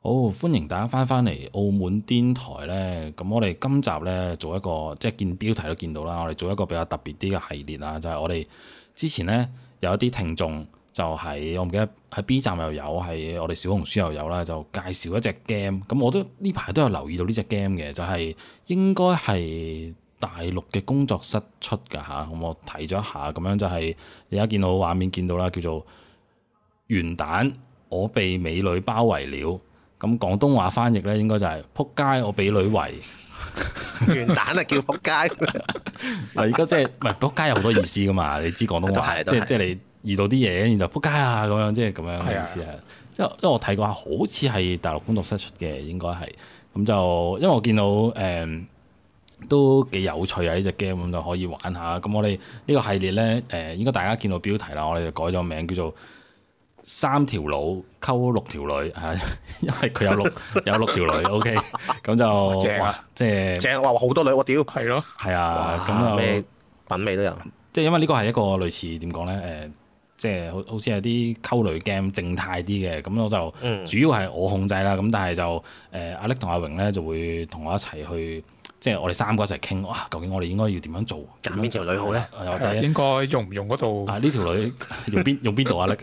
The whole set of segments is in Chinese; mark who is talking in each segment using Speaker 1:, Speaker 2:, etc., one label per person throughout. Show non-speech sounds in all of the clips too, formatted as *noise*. Speaker 1: 好，歡迎大家翻返嚟澳門電台呢。咁我哋今集呢，做一個即係見標題都見到啦，我哋做一個比較特別啲嘅系列啊，就係、我哋之前呢，有一啲聽眾就係、我唔記得喺 B 站又有，喺我哋小紅書又有啦，就介紹一隻 game。咁我都呢排都有留意到呢隻 game 嘅，就係、應該係。大陸嘅工作室出㗎嚇，咁我睇咗一下，咁樣就係而家見到畫面見到啦，叫做元旦我被美女包圍了。咁廣東話翻譯咧，應該就係、撲街我俾女圍。
Speaker 2: 元旦啊叫仆
Speaker 1: *laughs*
Speaker 2: 街，
Speaker 1: 嗱，而家即係唔係撲街有好多意思噶嘛？ *laughs* 你知廣東話，
Speaker 2: 都係都
Speaker 1: 即
Speaker 2: 係
Speaker 1: 係即係你遇到啲嘢，然後撲街啊咁樣，即係咁樣
Speaker 3: 係
Speaker 1: 嘅
Speaker 3: 啊
Speaker 1: 意思係。即係因為我睇過下，好似係大陸工作室出嘅，應該係咁就因為我見到誒、嗯都幾有趣啊！呢只 game 咁就可以玩下。咁我哋呢個系列咧誒、呃，應該大家見到標題啦，我哋就改咗名叫做。三條佬溝六條女，係啊 *laughs* 因為佢有六有六條女，OK，咁就
Speaker 3: 正啊
Speaker 1: 哇即係
Speaker 2: 正哇好多女我屌，
Speaker 3: 係咯，
Speaker 1: 係啊，咁
Speaker 2: 哇
Speaker 1: 就
Speaker 2: 咩品味都有，
Speaker 1: 即係因為呢個係一個類似點講咧？誒、即係好好似係啲溝女 game 靜態啲嘅，咁我就、
Speaker 2: 嗯
Speaker 1: 主要係我控制啦。咁但係就誒、阿力同阿榮咧就會同我一齊去，即係我哋三個一齊傾，哇！究竟我哋應該要點樣做？
Speaker 2: 揀邊條女好咧？
Speaker 1: 誒或
Speaker 3: 係啊
Speaker 1: 者
Speaker 3: 應該用唔用嗰度 *laughs*
Speaker 1: 啊呢條女用邊用邊度啊？力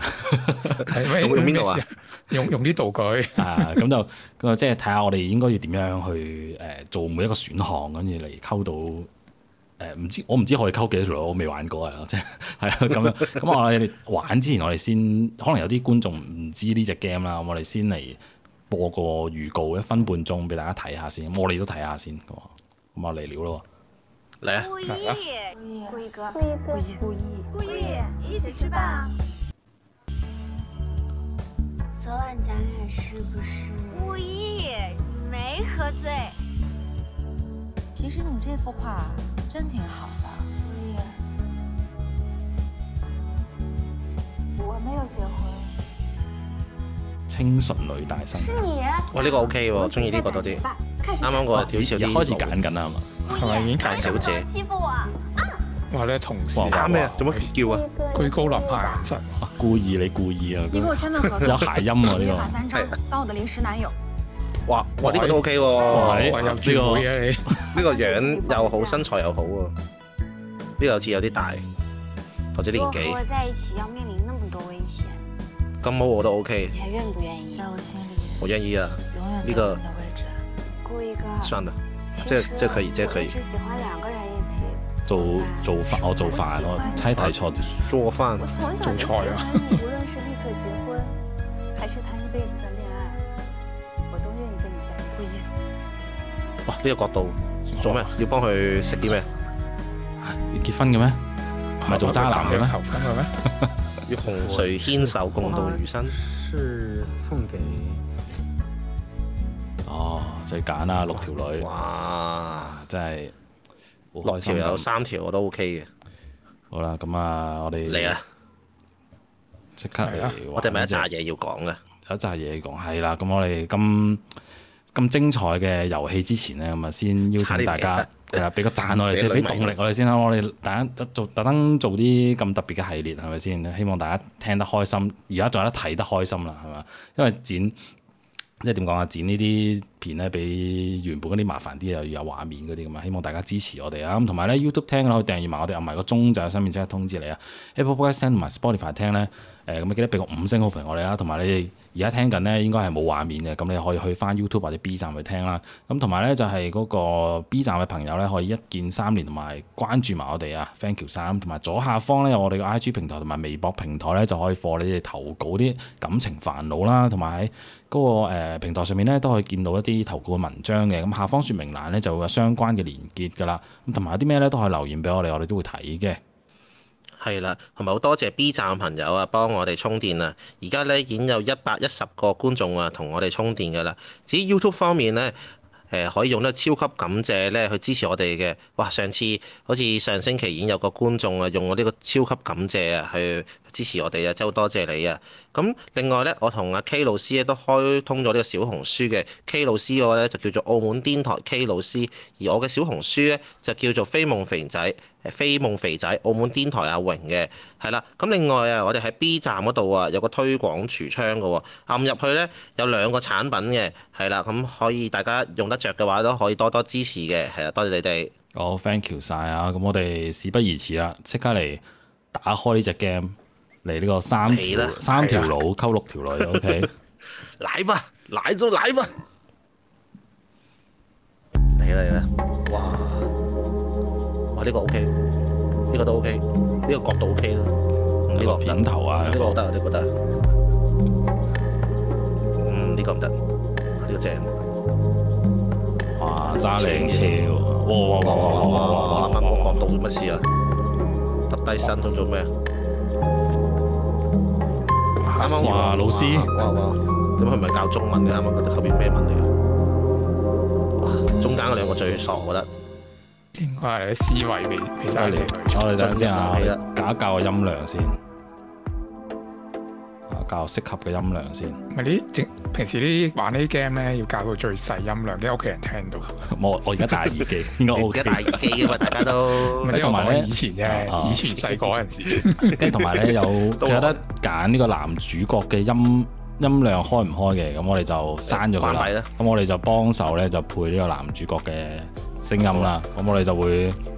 Speaker 3: 係咩
Speaker 2: 用用邊度啊
Speaker 3: 咩事？用用啲道具，
Speaker 1: 啊咁就咁就即係睇下我哋應該要點樣去誒、做每一個選項，跟住嚟溝到。誒唔知我唔知可以溝幾多條女，我未玩過啊！即係係啊咁樣。咁我哋玩之前，我哋先可能有啲觀眾唔知呢只 game 啦，咁我哋先嚟播個預告一分半鐘俾大家睇下先。咁我哋都睇下先，咁啊咁啊嚟料咯
Speaker 2: 嚟啊！
Speaker 4: 故意，
Speaker 3: 来吧
Speaker 4: 故意哥，
Speaker 5: 故意故意故意。
Speaker 4: 故意一起吃饭啊！
Speaker 5: 昨晚咱俩是不是？
Speaker 4: 故意没喝醉，
Speaker 6: 其实你这幅画真挺好的，
Speaker 5: 故意。我没有结婚。
Speaker 1: 喎，清純女大生。
Speaker 5: 是你。
Speaker 2: 哇呢個 OK 喎，中意呢個多啲。啱啱個係
Speaker 1: 又
Speaker 2: 屌少啲，
Speaker 1: 開始揀緊啦，係嘛？
Speaker 3: 係咪已經介
Speaker 2: 大小姐，
Speaker 4: 欺负我，
Speaker 3: 話咧同事
Speaker 1: 哇
Speaker 2: 啱咩啊？做乜叫啊？
Speaker 3: 居高臨下眼神，
Speaker 1: 啊故意你故意啊！
Speaker 6: 你给我签份合同
Speaker 1: 有，諧音啊呢
Speaker 6: 约法
Speaker 1: 個。
Speaker 6: 三
Speaker 4: 哎
Speaker 6: 章，当我的临时男友。
Speaker 2: 哇哇呢個都 OK
Speaker 1: 哇
Speaker 2: 喎，
Speaker 1: 係
Speaker 3: 哇有
Speaker 1: 呢
Speaker 3: 聚
Speaker 1: 個
Speaker 3: 會啊你，
Speaker 2: 呢個樣又好，身材又好喎。呢個好似有啲大，或者
Speaker 5: 如
Speaker 2: 年
Speaker 5: 果和
Speaker 2: 紀
Speaker 5: 我在一起要面临那么多危险，
Speaker 2: 咁好我都 OK，
Speaker 5: 你还愿不愿意？
Speaker 6: 在我心里，
Speaker 2: 我願意啊，
Speaker 6: 永远
Speaker 2: 呢
Speaker 6: 都
Speaker 2: 個
Speaker 6: 有你的位置。
Speaker 5: 故意哥，
Speaker 2: 算啦，
Speaker 5: 其
Speaker 2: 這
Speaker 5: 实
Speaker 2: 這可以這可以
Speaker 5: 我一直喜欢两个人一起。
Speaker 1: 做做飯，我做飯，我猜題錯字。
Speaker 2: 做飯
Speaker 7: 我
Speaker 4: *laughs*
Speaker 7: 从小就喜欢你，无论是立刻结婚，还是谈一辈子的恋爱，我都愿意跟你在一
Speaker 5: *laughs*
Speaker 7: 起。
Speaker 6: 故意，
Speaker 2: 哇呢個角度做咩？要幫佢食啲咩？
Speaker 1: 要結婚嘅咩？唔係做渣男嘅咩
Speaker 3: 頭巾嘅咩？
Speaker 2: 要紅垂牽手共度餘生。
Speaker 8: 啊是送给
Speaker 1: 哦，就揀啦，六條女，
Speaker 2: 哇！
Speaker 1: 真係好
Speaker 2: 六
Speaker 1: 開心
Speaker 2: 條
Speaker 1: 咁。
Speaker 2: 有三條我都 OK 嘅，
Speaker 1: 好啦，咁啊，我哋
Speaker 2: 嚟啊！！
Speaker 1: 即刻
Speaker 3: 嚟啊
Speaker 1: 嚟，
Speaker 2: 我哋咪一扎，嘢要講嘅，
Speaker 1: 有一扎嘢講，係啦。咁我哋咁咁精彩嘅遊戲之前咧，咁啊先邀請大家
Speaker 2: 差
Speaker 1: 係啦，俾個讚我哋先，俾
Speaker 2: 俾女
Speaker 1: 動力我哋先啦。我哋大家做特登做啲咁特別嘅系列，係咪先？希望大家聽得開心，而家仲有得睇得開心啦，係嘛？因為剪。 *laughs* 即係點講啊？剪呢啲片咧，比原本嗰啲麻煩啲，又要有畫面嗰啲咁啊。希望大家支持我哋啊！咁同埋咧，YouTube 聽嘅可以訂閱埋我哋，撳埋個鐘就有新片即刻通知你啊。Apple Podcast 聽同埋 Spotify 聽咧，誒咁啊你記得俾個五星好評我哋啊啦。同埋你哋而家聽緊咧，應該係冇畫面嘅，咁你可以去翻 YouTube 或者 B 站去聽啦。咁同埋咧就係嗰個 B 站嘅朋友咧，可以一鍵三連同埋關注埋我哋啊，thank you 三，同埋左下方咧有我哋嘅 IG 平台同埋微博平台咧，就可以放你哋投稿啲感情煩惱啦，同埋喺嗰個、呃、平台上面咧都可以見到一啲投稿嘅文章嘅。咁下方說明欄咧就會有相關嘅連結噶啦。咁同埋有啲咩咧都可以留言俾我哋，我哋都會睇嘅。
Speaker 2: 係啦，同埋好多謝 B 站嘅朋友啊，幫我哋充電啊！而家咧已經有一百一十個觀眾啊，同我哋充電㗎啦。至於 YouTube 方面咧，誒、可以用呢個超級感謝咧去支持我哋嘅。哇！上次好似上星期已經有個觀眾啊，用我呢個超級感謝啊去支持我哋啊，真係好多謝你啊！咁另外咧，我同阿 K 老師咧都開通咗呢個小紅書嘅，K 老師我咧就叫做澳門癲台 K 老師，而我嘅小紅書咧就叫做飛夢肥仔，誒飛夢肥仔澳門癲台阿榮嘅，係啦。咁另外啊，我哋喺 B 站嗰度啊有個推廣櫥窗嘅喎，撳入去咧有兩個產品嘅，係啦，咁可以大家用得着嘅話都可以多多支持嘅，係啊，多
Speaker 1: *laughs*
Speaker 2: 謝你哋。
Speaker 1: 好 thank you 晒啊！咁我哋事不宜遲啦，即刻嚟打開呢只 game 嚟呢個三
Speaker 2: 嚟啦
Speaker 1: 條三條佬溝六條女，OK？
Speaker 2: 来吧，来就来吧。嚟啦嚟啦，哇！哇呢、個 OK，呢個都 OK，呢個角度 OK 啦。嗯呢、
Speaker 1: 有個
Speaker 2: 個唔得，
Speaker 1: 片
Speaker 2: 呢
Speaker 1: 頭啊，有
Speaker 2: 個
Speaker 1: 個
Speaker 2: 得，呢個得。嗯，呢個唔得，呢個正。
Speaker 1: 哇揸靚車喎，哇哇哇哇哇哇
Speaker 2: 啱
Speaker 1: 哇
Speaker 2: 啱
Speaker 1: 哇！
Speaker 2: 個角度做乜事啊？耷低身想做咩啊？啱啱
Speaker 1: 哇老師
Speaker 2: 哇哇，咁佢唔係教中文嘅，啱啱覺得後邊咩文嚟嘅？哇，中間嗰兩個最傻，我覺得。
Speaker 3: 應該係思維未未晒
Speaker 1: 犀利！
Speaker 3: 嚟。
Speaker 1: 我哋等陣先啊，
Speaker 2: 係啦
Speaker 1: 我哋校一校個音量先，校校適合嘅音量先。
Speaker 3: 咪啲正平時啲玩呢啲 game 咧，要教到最細音量，啲屋企人聽到。
Speaker 1: 我我而家戴耳機，應該
Speaker 2: 而
Speaker 1: OK
Speaker 2: 家。戴耳機啊嘛，大家
Speaker 1: *laughs*
Speaker 2: 都
Speaker 3: 咪即係
Speaker 1: 同
Speaker 3: 我
Speaker 1: 埋
Speaker 3: 講
Speaker 1: 咧
Speaker 3: 以前
Speaker 1: 啊
Speaker 3: 啫，以前細個嗰
Speaker 1: *laughs*
Speaker 3: 陣時。
Speaker 1: 跟住同埋咧有
Speaker 2: 都
Speaker 1: 佢有得揀呢個男主角嘅音音量開唔開嘅，咁我哋就刪咗佢
Speaker 2: 關閉
Speaker 1: 啦
Speaker 2: 啦。
Speaker 1: 咁我哋就幫手咧就配呢個男主角嘅聲音啦。咁我哋就會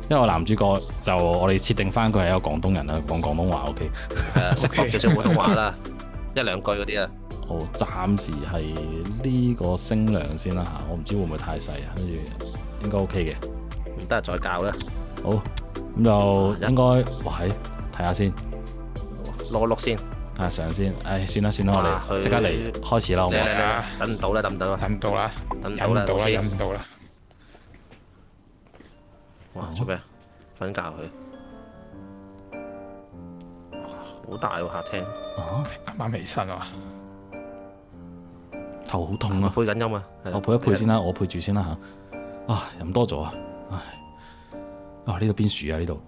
Speaker 1: 因為個男主角就我哋設定翻佢係一個廣東人啦，講廣東話 OK。
Speaker 2: 誒識講少少普通話啦，一兩句嗰啲啊。
Speaker 1: 好，暫時係呢個聲量先啦嚇，我唔知會唔會太細啊，跟住應該 OK 嘅。
Speaker 2: 唔得再教啦，
Speaker 1: 好，咁就應該哇，係睇下先，
Speaker 2: 攞碌先，
Speaker 1: 睇下相先。唉，算啦算啦，我
Speaker 2: 哇
Speaker 1: 哋
Speaker 2: 佢
Speaker 1: 即刻嚟開始啦，好唔
Speaker 2: 嚟
Speaker 1: 好？
Speaker 2: 嚟嚟，等唔到啦，等唔到啦，
Speaker 3: 忍唔到啦，
Speaker 1: Dạ,
Speaker 2: 等唔
Speaker 3: 忍
Speaker 2: 到
Speaker 3: 唔
Speaker 2: 啦，
Speaker 3: 到
Speaker 2: 老
Speaker 3: 啦，忍
Speaker 2: 師。
Speaker 3: 唔到啦。
Speaker 2: 哇，做咩？瞓覺佢。哇好大喎客廳，
Speaker 1: 啊，
Speaker 3: 啱啱起身啊，
Speaker 1: 頭好痛啊！
Speaker 2: 配緊音啊！係啦
Speaker 1: 我配一配先。啦，我配住先啦吓。啊，飲多咗啊，唉，啊呢度邊樹啊呢度，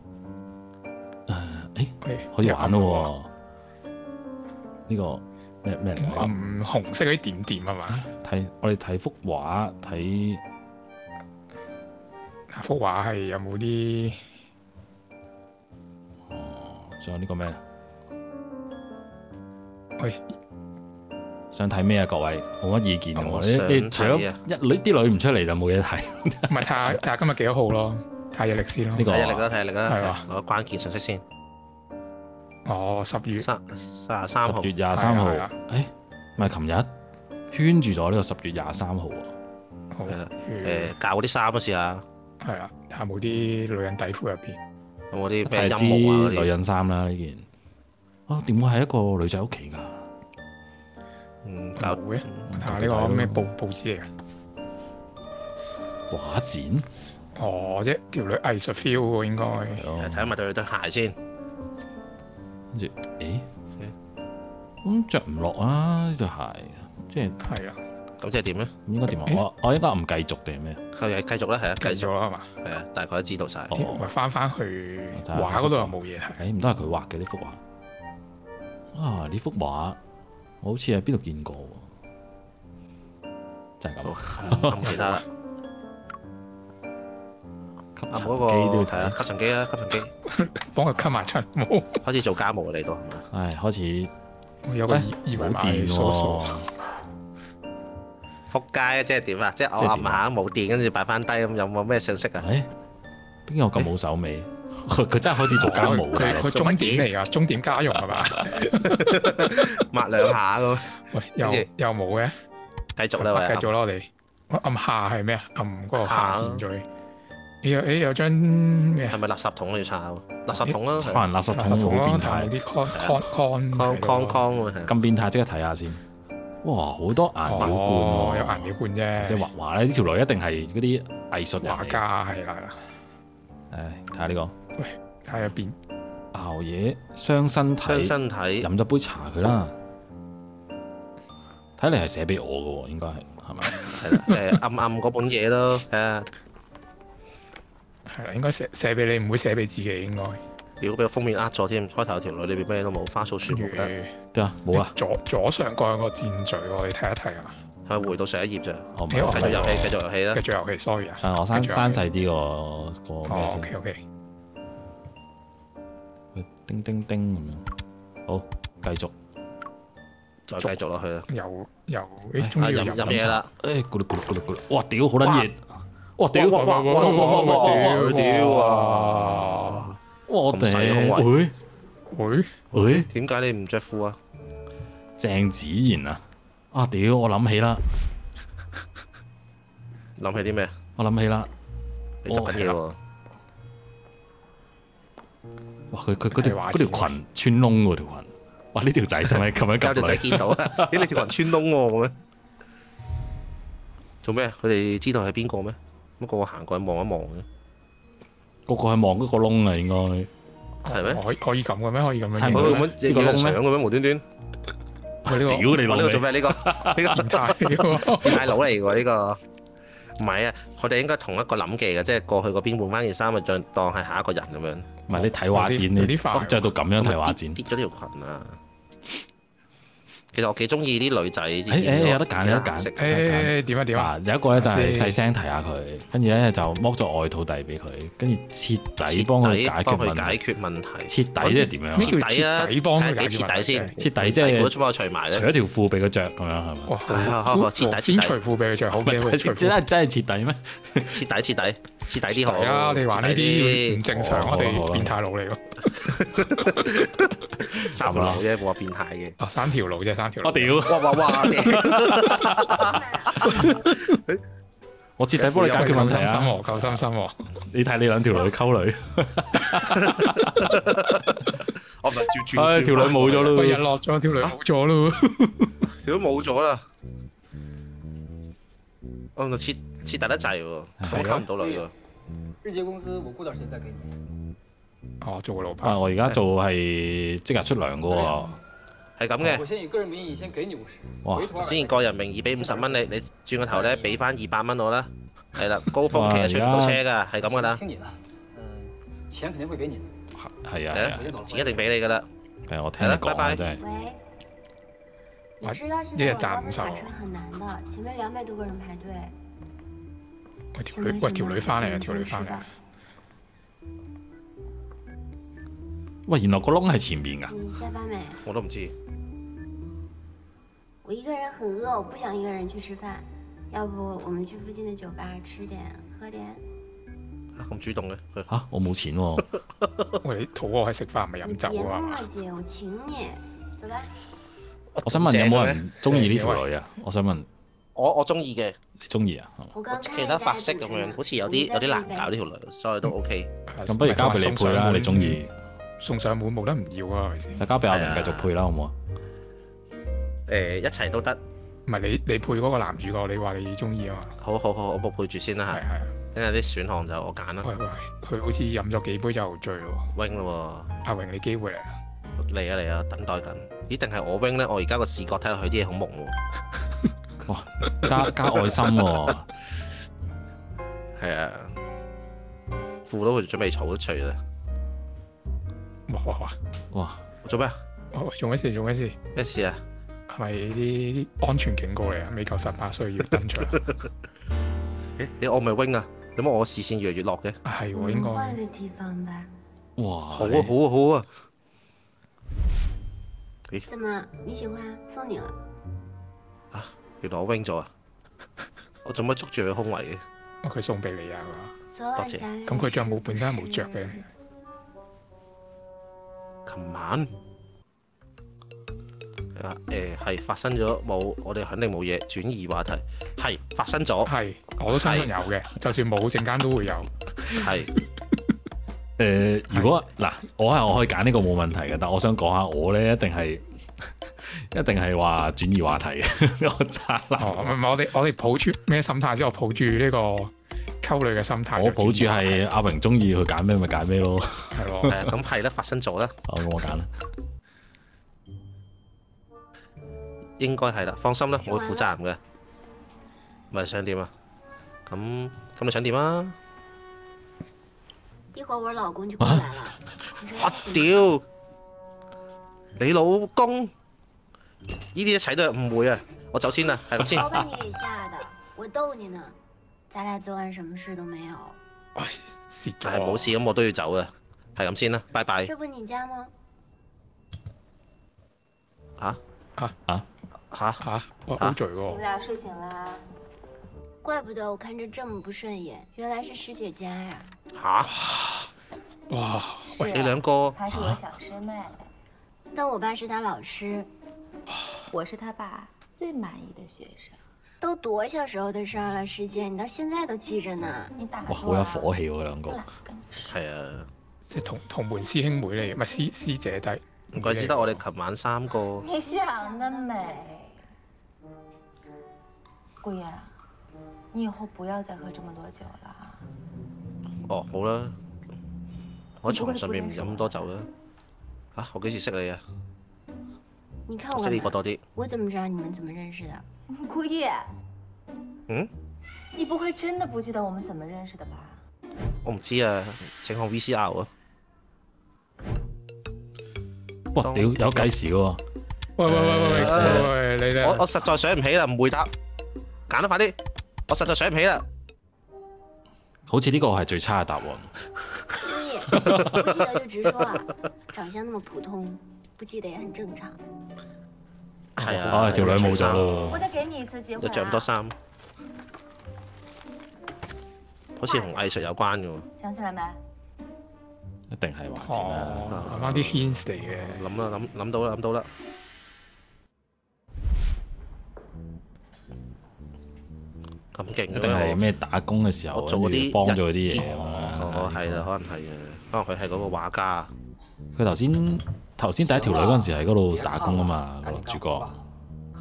Speaker 1: 誒，誒
Speaker 3: 喂
Speaker 1: 可以玩咯喎，呢個咩咩嚟㗎？
Speaker 3: 暗紅色嗰啲點點啊嘛，
Speaker 1: 睇我哋睇幅畫，睇
Speaker 3: 幅畫係有冇啲
Speaker 1: 仲有呢個咩？啊
Speaker 3: 喂
Speaker 1: 想睇咩啊？各位冇乜意見
Speaker 2: 我
Speaker 1: 喎，你你
Speaker 2: 想
Speaker 1: 除咗
Speaker 2: 睇啊
Speaker 1: 一女啲女唔出嚟就冇嘢睇。
Speaker 3: 唔係睇下睇下今日幾多號咯，睇下日曆先咯。
Speaker 1: 呢個
Speaker 2: 睇下力啦，睇下力
Speaker 3: 係
Speaker 2: 啦
Speaker 3: 嘛，
Speaker 2: 攞關鍵信息先。
Speaker 3: 哦，十月
Speaker 2: 三三十三號
Speaker 1: 十月，廿三號，
Speaker 3: 係啊
Speaker 1: 誒，咪琴日圈住咗呢個十月廿三號喎。
Speaker 3: 好
Speaker 2: 係啦
Speaker 3: 誒
Speaker 2: 誒教嗰啲衫嗰時啊，
Speaker 3: 係啦，睇下冇啲女人底褲入邊
Speaker 2: 有冇啲咩
Speaker 1: 睇
Speaker 2: 音
Speaker 1: 下支
Speaker 2: 樂啊
Speaker 1: 女
Speaker 2: 嗰啲？
Speaker 1: 人衫啦呢件。啊，點會係一個女仔屋企㗎？
Speaker 2: 嗯，教
Speaker 3: 冇嘅，睇下呢
Speaker 1: 教
Speaker 3: 個
Speaker 1: 佢
Speaker 3: 咩
Speaker 1: 睇
Speaker 3: 報報紙嚟嘅。
Speaker 1: 畫展
Speaker 3: 哦，即係條女藝術 feel 喎，應該
Speaker 1: 係咯，
Speaker 2: 睇埋對對鞋先。
Speaker 1: 跟住誒，咁着唔落啊呢對鞋，即係
Speaker 3: 係啊，
Speaker 2: 咁即係點咧？
Speaker 1: 應該點啊？
Speaker 3: 誒
Speaker 1: 我我應該唔繼續定係咩？
Speaker 2: 佢係繼續啦，係啊，繼續
Speaker 3: 計咗啦係嘛？
Speaker 2: 係啊，大概都知道晒。
Speaker 1: 哦
Speaker 3: 咦咪翻翻去
Speaker 1: 我睇下
Speaker 3: 畫嗰度又冇嘢睇，
Speaker 1: 誒唔都係佢畫嘅呢幅畫啊！呢幅畫我好似喺邊度見過喎，就係咁。
Speaker 2: 唔記
Speaker 1: *laughs*
Speaker 2: 得啦。
Speaker 1: 吸塵
Speaker 2: 啊，
Speaker 1: 機
Speaker 2: 嗰個
Speaker 1: 都要
Speaker 2: 係啊，
Speaker 1: 睇。
Speaker 2: 吸塵機啦，吸塵機
Speaker 3: 幫佢吸埋出冇，
Speaker 2: 開始做家務啊，你都係嘛？
Speaker 1: 唉，開始
Speaker 3: 我有個
Speaker 1: 喂
Speaker 3: 二二維
Speaker 1: 冇
Speaker 3: 碼
Speaker 1: 電
Speaker 3: 嚟掃一掃。
Speaker 1: 喎，
Speaker 2: 撲街啊！即係點啊？即係我
Speaker 1: 即係
Speaker 2: 按
Speaker 1: 點
Speaker 2: 下冇電，跟住擺翻低咁，有冇咩信息啊？
Speaker 1: 誒邊有咁冇手尾？ *laughs* 佢真係開始做家務啊
Speaker 3: 佢 *laughs* 佢
Speaker 1: 㗎。
Speaker 3: 佢
Speaker 2: 做乜
Speaker 3: 終
Speaker 2: 嘢
Speaker 3: 點嚟噶，終點家用係嘛？
Speaker 2: 抹兩下咁，
Speaker 3: 喂，又
Speaker 2: 跟住
Speaker 3: 又冇嘅，
Speaker 2: 繼續啦，喂，
Speaker 3: 繼續啦，我哋喂按下係咩啊？按嗰個
Speaker 2: 下
Speaker 3: 下鍵最，咦有咦有張咩
Speaker 2: 係
Speaker 3: 啊？
Speaker 2: 咪垃圾桶要拆啊？垃圾桶啊，
Speaker 1: 可能垃圾
Speaker 3: 垃圾
Speaker 1: 桶
Speaker 3: 桶
Speaker 1: 好
Speaker 3: 咯，
Speaker 1: 變
Speaker 3: 同埋
Speaker 1: 態，
Speaker 3: 啲 con con con
Speaker 2: 康康康喎，係啊
Speaker 1: 咁變態即刻睇下先。哇！好多顏料罐
Speaker 3: 哦
Speaker 1: 喎，，
Speaker 3: 有顏料罐啫，
Speaker 1: 即係畫畫咧，呢條女一定係嗰啲藝術人嚟
Speaker 3: 畫。家係啦係啦，
Speaker 1: 唉，睇下呢個
Speaker 3: 睇下入邊
Speaker 1: 熬夜傷身體，
Speaker 2: 傷身體，
Speaker 1: 飲咗杯茶佢啦。睇嚟係寫俾我嘅喎，應該係係咪？
Speaker 2: 係啦，誒暗暗嗰本嘢咯，睇下，
Speaker 3: 係啦，應該寫寫俾你，唔會寫俾自己應該。
Speaker 2: 屌俾個封面呃咗添，開頭條女裏邊咩都冇，花草樹
Speaker 3: Ừ.
Speaker 2: 木得，
Speaker 3: 跟
Speaker 1: 對啊，冇
Speaker 2: *laughs*
Speaker 1: 啊，
Speaker 3: 住左左上角有個箭嘴喎，你睇一睇啊。
Speaker 2: 係回到上一頁咋，
Speaker 1: 哦我唔
Speaker 3: 屌
Speaker 2: 繼
Speaker 1: 係
Speaker 2: 續遊戲，繼續遊戲啦
Speaker 3: 繼。續遊戲，sorry 啊。
Speaker 1: 啊，我刪
Speaker 3: 繼續
Speaker 1: 刪細啲個個咩
Speaker 3: 哦
Speaker 1: 先。
Speaker 3: ，OK OK，
Speaker 1: 叮叮叮咁樣。好，繼續。
Speaker 2: 再繼續落去啦。
Speaker 3: 有有，
Speaker 1: 哎
Speaker 3: 誒，終
Speaker 2: 啊，
Speaker 3: 於
Speaker 2: 飲
Speaker 3: 有
Speaker 2: 飲嘢啦！
Speaker 1: 誒，哎咕嚕咕嚕咕嚕咕嚕，哇！屌，好撚熱。哇！屌，
Speaker 2: 哇
Speaker 1: 哇！
Speaker 2: 哇哇哇哇哇！屌啊！
Speaker 1: 我
Speaker 2: 咁細個
Speaker 1: 頂。
Speaker 3: 會
Speaker 1: 喂喂，
Speaker 2: 點解你唔着褲啊？
Speaker 1: 鄭子賢啊！啊屌，我諗起啦，
Speaker 2: 諗起啲咩？
Speaker 1: 我諗起啦。
Speaker 2: 你執緊嘢喎。
Speaker 1: 哇！佢佢嗰條
Speaker 3: 係話
Speaker 1: 嗰條裙穿窿喎條裙。哇！呢條仔使咪咁樣
Speaker 2: 交
Speaker 1: 夾
Speaker 2: 條仔
Speaker 1: 女？
Speaker 2: 見到啊！咦，你條裙穿窿喎咁樣。做咩？佢哋知道係邊個咩？乜個個行過去望一望嘅，
Speaker 1: 個個係望嗰個窿啊，應該。
Speaker 2: 係咩？
Speaker 3: 可以可以咁嘅咩？可以咁樣
Speaker 1: 係
Speaker 3: 影
Speaker 1: 咪
Speaker 2: 我咁
Speaker 3: 嘅咩？
Speaker 2: 樣有人想嘅咩？無端端，
Speaker 3: 喂呢個
Speaker 1: 屌你
Speaker 2: 我
Speaker 1: 老
Speaker 2: 呢個
Speaker 1: 味！
Speaker 2: 做咩？呢個呢個
Speaker 3: 變態喎！
Speaker 2: 變態佬嚟喎呢個。唔係啊，佢哋應該同一個諗技嘅，即係過去嗰邊換翻件衫，就當係下一個人咁樣。
Speaker 1: 唔係你睇畫展，
Speaker 3: 有
Speaker 1: 你
Speaker 3: 啲煩喎
Speaker 1: 着到咁樣睇畫展。
Speaker 2: 跌咗條裙啊！其實我幾中意啲女仔。誒
Speaker 1: 誒誒，有得揀，有得揀。有得揀
Speaker 3: 誒點啊點啊！
Speaker 1: 嗱，有一個咧就係細聲提下佢，跟住咧就剝咗外套遞俾佢，跟住徹底幫佢解決
Speaker 2: 幫佢
Speaker 1: 問題。
Speaker 2: 解決問題。
Speaker 1: 徹底即係點樣
Speaker 3: 呢
Speaker 1: 啊？
Speaker 3: 叫
Speaker 2: 底啊
Speaker 3: 徹底幫
Speaker 2: 睇
Speaker 3: 佢
Speaker 2: 下
Speaker 3: 解
Speaker 2: 幾
Speaker 3: 決
Speaker 2: 徹底
Speaker 3: 問題
Speaker 2: 先。
Speaker 1: 徹底即係
Speaker 2: 褲都幫我除埋
Speaker 1: 除
Speaker 2: 咧。
Speaker 1: 一條褲俾佢着咁樣係咪？
Speaker 3: 哇！
Speaker 2: 係啊
Speaker 3: 好
Speaker 2: 我知底
Speaker 3: 先
Speaker 2: 底
Speaker 3: 除褲俾佢着好
Speaker 1: *laughs*
Speaker 3: 嘅，會除
Speaker 1: 真
Speaker 3: 褲。
Speaker 1: 真真係徹底咩？
Speaker 2: 徹底徹底徹底啲好。
Speaker 3: 係啊，我哋玩呢啲
Speaker 2: 徹
Speaker 3: 唔
Speaker 2: 底
Speaker 3: 正常，
Speaker 1: 好啊
Speaker 3: 我哋
Speaker 1: 好啊
Speaker 3: 變態佬嚟喎。
Speaker 2: 啲三條佬啫，冇話變態嘅。
Speaker 3: 啊，三條佬啫，三條佬。
Speaker 1: 我屌！
Speaker 2: 哇哇哇！
Speaker 1: 我徹底幫你解決問題
Speaker 3: 夠心
Speaker 1: 啊！
Speaker 3: 喎，夠心心喎。
Speaker 1: 你睇你兩條女溝女，
Speaker 2: 我唔係轉
Speaker 1: *laughs*
Speaker 2: 轉。
Speaker 1: 唉，哎條女冇咗
Speaker 3: 喂，日
Speaker 1: 咯。
Speaker 3: 落咗，條女冇咗咯。
Speaker 2: 條女冇咗啦。我唔係徹徹底得滯喎，咁溝唔到女喎。
Speaker 9: 日结工资我过段时间再给你。
Speaker 3: 哦，做個老闆
Speaker 1: 啊！。我而家做係即日出糧嘅喎，
Speaker 2: 係咁嘅
Speaker 9: 啊我。先以个人名义先给你五十，
Speaker 1: 哇
Speaker 9: 回头啊二百
Speaker 2: 先個人名義俾五十蚊你，你轉個頭咧俾翻二百蚊我啦。係啦，高峰期係出唔到車㗎，係咁㗎啦，
Speaker 9: 听你的，嗯，錢肯定會給你的。
Speaker 1: 係啊係
Speaker 2: 係啊
Speaker 1: 啊，
Speaker 2: 錢一定俾你㗎啦。
Speaker 1: 係啊！我聽你講啊，真係
Speaker 5: 喂，你
Speaker 3: 喂
Speaker 5: 知道现
Speaker 3: 一日
Speaker 5: 在
Speaker 3: 賺
Speaker 5: 网
Speaker 3: 五
Speaker 5: 约
Speaker 3: 十
Speaker 5: 车打
Speaker 3: 喎
Speaker 5: 车很难的，前面两百多个人排队。
Speaker 3: 喂，條女，喂，條女翻嚟啦，條女翻嚟啦。
Speaker 1: 喂，原來個窿係前面㗎。
Speaker 5: 你下班没？
Speaker 2: 我都唔知，
Speaker 5: 我一个人很饿，我不想一个人去吃饭。要不我们去附近的酒吧吃点喝点？
Speaker 2: 啊咁主動嘅佢。
Speaker 1: 嚇！我冇錢喎，
Speaker 3: 喂，你肚餓係食飯唔係
Speaker 5: 你
Speaker 3: 飲
Speaker 5: 别
Speaker 3: 酒啊
Speaker 5: 磨
Speaker 3: 嘛？
Speaker 5: 叽，我请你，走吧。
Speaker 1: 我想問有冇
Speaker 2: 正嘅咩？
Speaker 1: 人中意呢條女啊？我想問
Speaker 2: 我我中意嘅，
Speaker 1: 你中意啊？
Speaker 5: 我刚看
Speaker 2: 其他髮色咁樣，好似有啲有啲難搞呢
Speaker 5: 啲。
Speaker 2: 條女，所以都 OK。
Speaker 1: 咁不如交俾你配啦，你中意
Speaker 3: 送上門冇得唔要啊？係咪先？
Speaker 1: 就交俾阿明繼續配啦，好唔好啊？
Speaker 2: 誒一齊都得，
Speaker 3: 唔係你你配嗰個男主角，你話你中意啊嘛？
Speaker 2: 好好好，我冇配住先
Speaker 3: 係
Speaker 2: 啦
Speaker 3: 係啊。
Speaker 2: 嚇，等下啲選項就我揀啦
Speaker 3: 喂喂，佢好似飲咗幾杯就醉咯
Speaker 2: ，wing 咯
Speaker 3: 喎。阿榮，你機會嚟啦。
Speaker 2: 喎，嚟啊嚟啊，等待緊。咦？定係我 wing 咧？我而家個視覺睇落去啲嘢好朦喎。
Speaker 1: 加加愛心
Speaker 2: *laughs*
Speaker 1: 喎，
Speaker 2: 係啊，褲都會準備草除啦。
Speaker 3: 哇哇哇！
Speaker 1: 哇！
Speaker 2: 做咩啊？
Speaker 3: 喂喂，做咩事？做咩事？
Speaker 2: 咩事啊？
Speaker 3: 係咪啲安全警告嚟啊？未夠十八歲要登場
Speaker 2: 誒你我咪 wing 啊？點解我視線越嚟越落嘅？
Speaker 3: *laughs* 啊？係
Speaker 5: 我
Speaker 3: 喎，
Speaker 5: 们
Speaker 3: 應
Speaker 5: 换
Speaker 3: 該
Speaker 5: 个地方吧。
Speaker 1: 哇！
Speaker 2: 好啊好啊好啊！
Speaker 5: 怎么你喜欢？送你了。
Speaker 2: 原來我 wing 咗啊！ *laughs* 我做乜捉住佢胸圍嘅？
Speaker 3: 哦佢送俾你啊！係嘛
Speaker 5: 昨晚
Speaker 2: 多謝
Speaker 5: 咱俩
Speaker 3: 咁佢仲有冇
Speaker 5: 是
Speaker 3: 本身有冇着嘅？ *laughs*
Speaker 2: 琴晚啊誒係發生咗冇，我哋肯定冇嘢。轉移話題係發生 *laughs* 咗，
Speaker 3: 係，我都相信有嘅，就算冇陣間都會有。
Speaker 1: 誒，
Speaker 2: 係
Speaker 1: 呃如果嗱，我係我可以揀呢個冇問題嘅，但我想講下我咧，一定係 *laughs* 一定係話轉移話題嘅， *laughs* 我渣男，
Speaker 3: 哦，唔係唔係我哋我哋抱住咩心態先？我抱住呢個溝女嘅心態。
Speaker 1: 我抱住係阿榮中意佢揀咩咪揀咩咯， *laughs*
Speaker 3: 係咯，
Speaker 2: 誒咁係啦，發生咗啦，
Speaker 1: 好咁我揀啦。
Speaker 2: 應該係啦，放心啦，我會負責任嘅。咪想點啊？咁咁你想點啊？ *laughs*
Speaker 5: 一会儿我老公就过来了，
Speaker 2: 我屌！你老公呢啲一切都係誤會啊！我走先啦，係 *laughs* 咁先。
Speaker 5: 我把你给吓的，我逗你呢。咱俩昨晚什么事都没有，
Speaker 3: 唉，蝕
Speaker 2: 係
Speaker 3: 咗。
Speaker 2: 冇事咁，我都要走啊，係咁先啦，拜拜。
Speaker 5: 这不你家吗？
Speaker 2: 嚇
Speaker 3: 啊
Speaker 1: 啊
Speaker 2: 嚇！
Speaker 3: 嚇，我 O 嘴
Speaker 6: 你们
Speaker 3: 喎，
Speaker 6: 俩睡醒啦？
Speaker 5: 怪不得我看着这么不顺眼，原来是师姐家呀。
Speaker 2: 吓！
Speaker 3: 哇！
Speaker 6: 是啊
Speaker 2: 喂，你兩個
Speaker 6: 她是我小师妹，
Speaker 5: 但我爸是他老师，
Speaker 6: 我是她爸最满意的学生。
Speaker 5: 都多小时候的事儿了，师姐，你到现在都记着呢。
Speaker 6: 你打
Speaker 1: 哇，
Speaker 6: 住
Speaker 1: 好有
Speaker 6: 啊！
Speaker 1: 火氣喎兩個
Speaker 6: 我。懒得跟你说。
Speaker 2: 係啊，
Speaker 3: 即係同同門師兄妹嚟，唔係師師姐弟。
Speaker 2: 唔怪之得我哋琴晚三個。
Speaker 6: 你想得美，顾言，你以后不要再喝这么多酒了。啊
Speaker 2: 哦，好啦，我喺床上面唔飲咁多酒啦。嚇、我幾時識你啊？
Speaker 5: 你看
Speaker 2: 我
Speaker 5: 我
Speaker 2: 識呢個
Speaker 5: 们，
Speaker 2: 多啲。
Speaker 5: 我怎么知道你们怎么认识的？
Speaker 4: 顾意，
Speaker 2: 嗯，
Speaker 6: 你不会真的不记得我们怎么认识的吧？
Speaker 2: 我唔知啊，請看 VCR 啊。
Speaker 1: 哇，屌有計時嘅喎，
Speaker 3: 喂喂喂喂喂喂喂，你
Speaker 2: 我
Speaker 3: 哋
Speaker 2: 我實在想唔起啦，唔回答。揀得快啲，我實在想唔起啦。
Speaker 1: 好似呢個係最差嘅答案。
Speaker 5: 故意，不记得就直说啊。长相那么普通，不记得也很正常。
Speaker 2: 係啊，
Speaker 1: 唉，條女冇咗
Speaker 6: 我
Speaker 1: 咯。
Speaker 6: 再给你一次机会、
Speaker 2: 又
Speaker 6: 啊。
Speaker 2: 着咁多衫，好似同藝術有關嘅喎。
Speaker 6: 想起来沒？
Speaker 1: 一定係畫展啦。
Speaker 3: 哦，啱啱啲 hints 嚟嘅。
Speaker 2: 諗啦，諗諗到啦，諗到啦。咁勁
Speaker 1: 一
Speaker 2: 嘅
Speaker 1: 定
Speaker 2: 咩
Speaker 1: 係
Speaker 2: 我
Speaker 1: 咩打工嘅時候，
Speaker 2: 哦我做嗰
Speaker 1: 跟
Speaker 2: 啲
Speaker 1: 住幫咗啲嘢
Speaker 2: 日
Speaker 1: 咁
Speaker 2: 哦，
Speaker 1: 樣。
Speaker 2: 係啦，可能係嘅，可能佢係嗰個畫家。
Speaker 1: 佢頭先頭先第一條女嗰陣時喺嗰度打工啊嘛，個
Speaker 9: 赶
Speaker 1: 男
Speaker 9: 紧
Speaker 1: 主
Speaker 9: 告诉我
Speaker 1: 角
Speaker 2: 啊
Speaker 9: 吧。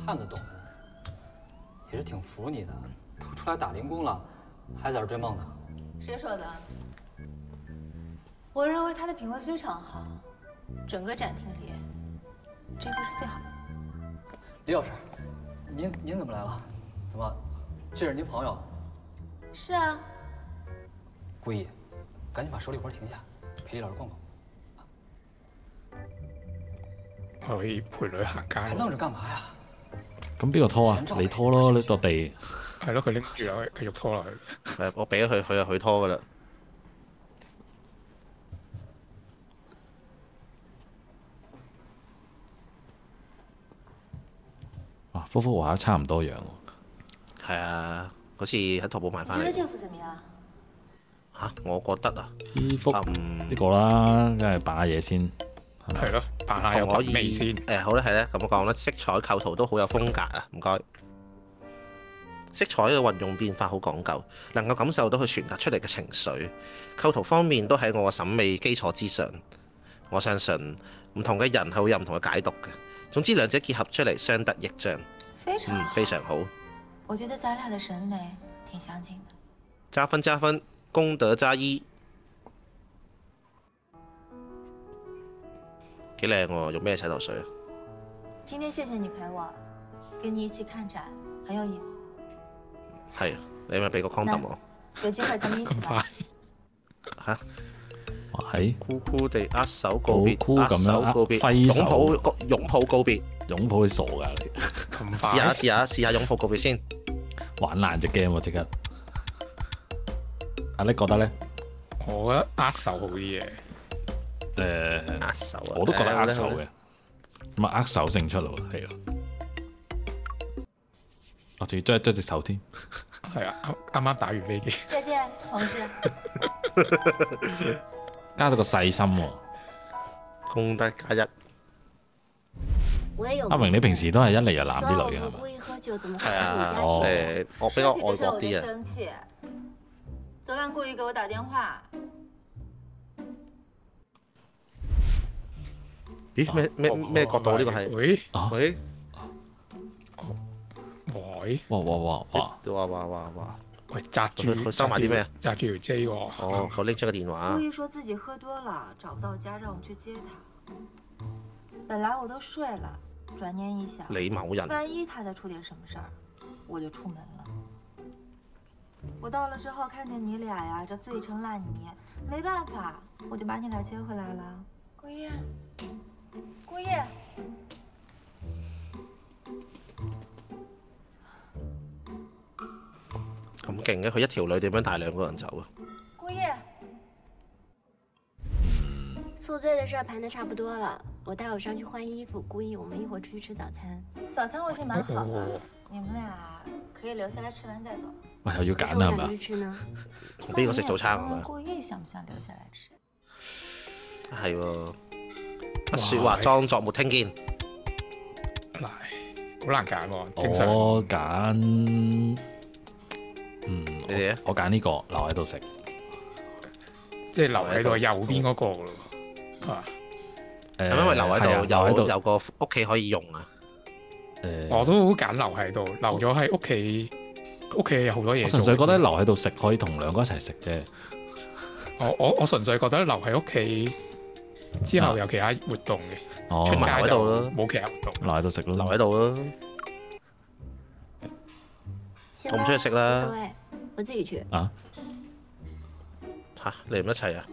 Speaker 9: 看得懂的呢，也是挺服你的，都出来打零工了，还在这儿追梦呢。
Speaker 6: 谁说的？我认为他的品味非常好，整个展厅里，这个是最好的。
Speaker 9: 李老师，您您怎么来了？怎么，这是您朋友？
Speaker 6: 是啊，
Speaker 9: 故意，赶紧把手里活停下，陪李老师逛逛。
Speaker 3: 去陪女行街，
Speaker 9: 还愣着干嘛呀？
Speaker 1: 咁邊個拖啊
Speaker 9: 前？作
Speaker 1: 你拖咯，你落地。
Speaker 3: 係咯，佢拎住落去，繼續拖落去。
Speaker 2: 誒，我俾咗佢，佢就佢拖噶啦。
Speaker 1: 哇，幅幅畫差唔多樣喎。
Speaker 2: 係啊，嗰次喺淘寶買
Speaker 6: 你
Speaker 2: 翻
Speaker 6: 觉得
Speaker 2: 嚟。
Speaker 6: 这幅怎么样？
Speaker 2: 嚇，我覺得啊，
Speaker 1: 呢幅呢
Speaker 2: 嗯，
Speaker 1: 個啦，梗係扮下嘢先。
Speaker 3: 係咯，扮下有
Speaker 2: 同可
Speaker 3: 品味
Speaker 2: 以
Speaker 3: 先。
Speaker 2: 誒，好啦，係啦，咁講啦，色彩構圖都好有風格啊，唔該。色彩嘅運用變化好講究，能夠感受到佢傳達出嚟嘅情緒。構圖方面都喺我嘅審美基礎之上，我相信唔同嘅人係會有唔同嘅解讀嘅。總之兩者結合出嚟，相得益彰，
Speaker 6: 非常
Speaker 2: 嗯，
Speaker 6: 好。
Speaker 2: 非常好。
Speaker 6: 我觉得咱俩的审美挺相近的。
Speaker 2: 加分加分，功德加一，幾靚喎！用咩洗頭水啊？
Speaker 6: 今天谢谢你陪我，跟你一起看展很有意思。
Speaker 2: 係你咪俾個 condom 我
Speaker 6: 有机会咱们一起吧。
Speaker 2: 嚇，
Speaker 1: 哇，係
Speaker 2: 酷酷地握手告
Speaker 1: 好酷
Speaker 2: 別，握
Speaker 1: 咁樣
Speaker 2: 手告別，
Speaker 1: 握揮手
Speaker 2: 擁抱告擁抱告別，
Speaker 1: 擁抱你傻㗎你， *laughs*
Speaker 3: 咁
Speaker 2: 試下
Speaker 3: 快，
Speaker 2: 試下試下擁抱告別先。
Speaker 1: 玩爛只 game 喎即刻。阿叻覺得咧？
Speaker 3: 我覺得握手好啲嘅。
Speaker 1: 誒，
Speaker 2: 握手啊！
Speaker 1: 我都覺得握
Speaker 2: 好
Speaker 1: 手
Speaker 2: 啦好啦
Speaker 1: 嘅，咁啊握手勝出咯，係啊。我仲要捽一捽隻手添，
Speaker 3: 係啊，啱啱打完飛機，
Speaker 6: 再见，同志。
Speaker 1: 加咗個細心喎。
Speaker 2: 功德加一。
Speaker 5: 我也有。
Speaker 1: 阿明，你平時都係一嚟就攬
Speaker 5: 昨
Speaker 1: 啲
Speaker 5: 晚我
Speaker 1: 女嘅係
Speaker 5: 们
Speaker 1: 嘛
Speaker 5: 故？意喝酒，怎么还
Speaker 2: 係
Speaker 5: 去你
Speaker 2: 啊
Speaker 5: 家，
Speaker 1: 哦
Speaker 5: 洗？
Speaker 2: 誒，我比較
Speaker 6: 说
Speaker 2: 愛
Speaker 6: 起这事儿我
Speaker 2: 國
Speaker 6: 就
Speaker 2: 啲啊，
Speaker 6: 生气。昨晚故意给我打电话，
Speaker 2: 咦咩咩咩角度呢個係？
Speaker 3: 喂
Speaker 2: 喂，
Speaker 3: 喂
Speaker 1: 哇哇哇
Speaker 2: 嗯
Speaker 1: 哇！
Speaker 2: 哇哇哇哇！
Speaker 3: 喂，扎住
Speaker 2: 佢佢收埋啲咩啊？
Speaker 3: 扎住條 J 喎。
Speaker 2: 哦，佢拎出個電
Speaker 6: 故
Speaker 2: 話，
Speaker 6: 意说自己喝多了找不到家，让我去接他。本来我都睡了，转念一想，
Speaker 2: 李某人。
Speaker 6: 万一他再出点什么事儿，我就出门了。我到了之后看见你俩呀，这醉成烂泥，没办法，我就把你俩接回来了。顾夜，顾夜，
Speaker 2: 咁勁嘅，佢一條女點樣帶兩個人走啊？
Speaker 6: 顾夜，
Speaker 5: 宿醉的事儿盘的差不多了，我待会上去换衣服，故意我们一会儿出去吃早餐。
Speaker 6: 早餐我已经买好了，你们俩可以留下来吃完再走。
Speaker 1: 喂，又要
Speaker 5: 可
Speaker 1: 揀
Speaker 5: 是我
Speaker 1: 啦，係
Speaker 5: 想
Speaker 1: 咪啊
Speaker 5: 出去吃呢？
Speaker 2: 同邊個食早餐
Speaker 6: 我
Speaker 2: 係
Speaker 6: 问
Speaker 2: 咪？
Speaker 6: 顾夜想不想留下来吃？
Speaker 2: 係喎，不説話裝作沒聽見。
Speaker 3: 嗱，好難揀喎，正常。
Speaker 1: 我揀，嗯，
Speaker 2: 你哋呢
Speaker 1: 我揀呢個留喺度食。
Speaker 3: 即係留喺度右邊嗰個㗎咯喎，係嘛？
Speaker 1: 誒
Speaker 2: 係咪因為留
Speaker 1: 係啊
Speaker 2: 喺度有
Speaker 1: 留喺
Speaker 2: 有個屋企可以用啊？
Speaker 1: 度誒
Speaker 3: 我哦都好揀留喺度，留咗喺屋企，屋企有好多嘢
Speaker 1: 我
Speaker 3: 做。
Speaker 1: 純粹覺得留喺度食可以同兩個一齊食啫。
Speaker 3: 我我我純粹覺得留喺屋企之後有其他活動嘅，
Speaker 1: 啊哦
Speaker 3: 出，
Speaker 2: 埋喺
Speaker 3: 街
Speaker 2: 度咯
Speaker 3: 就冇其他活動。
Speaker 1: 留喺度食
Speaker 2: 留
Speaker 1: 咯。
Speaker 2: 喺度咯。
Speaker 5: 行
Speaker 2: 我唔
Speaker 5: 吧
Speaker 2: 出去食啦
Speaker 5: 无所谓，我自己去。
Speaker 1: 啊，
Speaker 2: 吓，你唔一齊啊？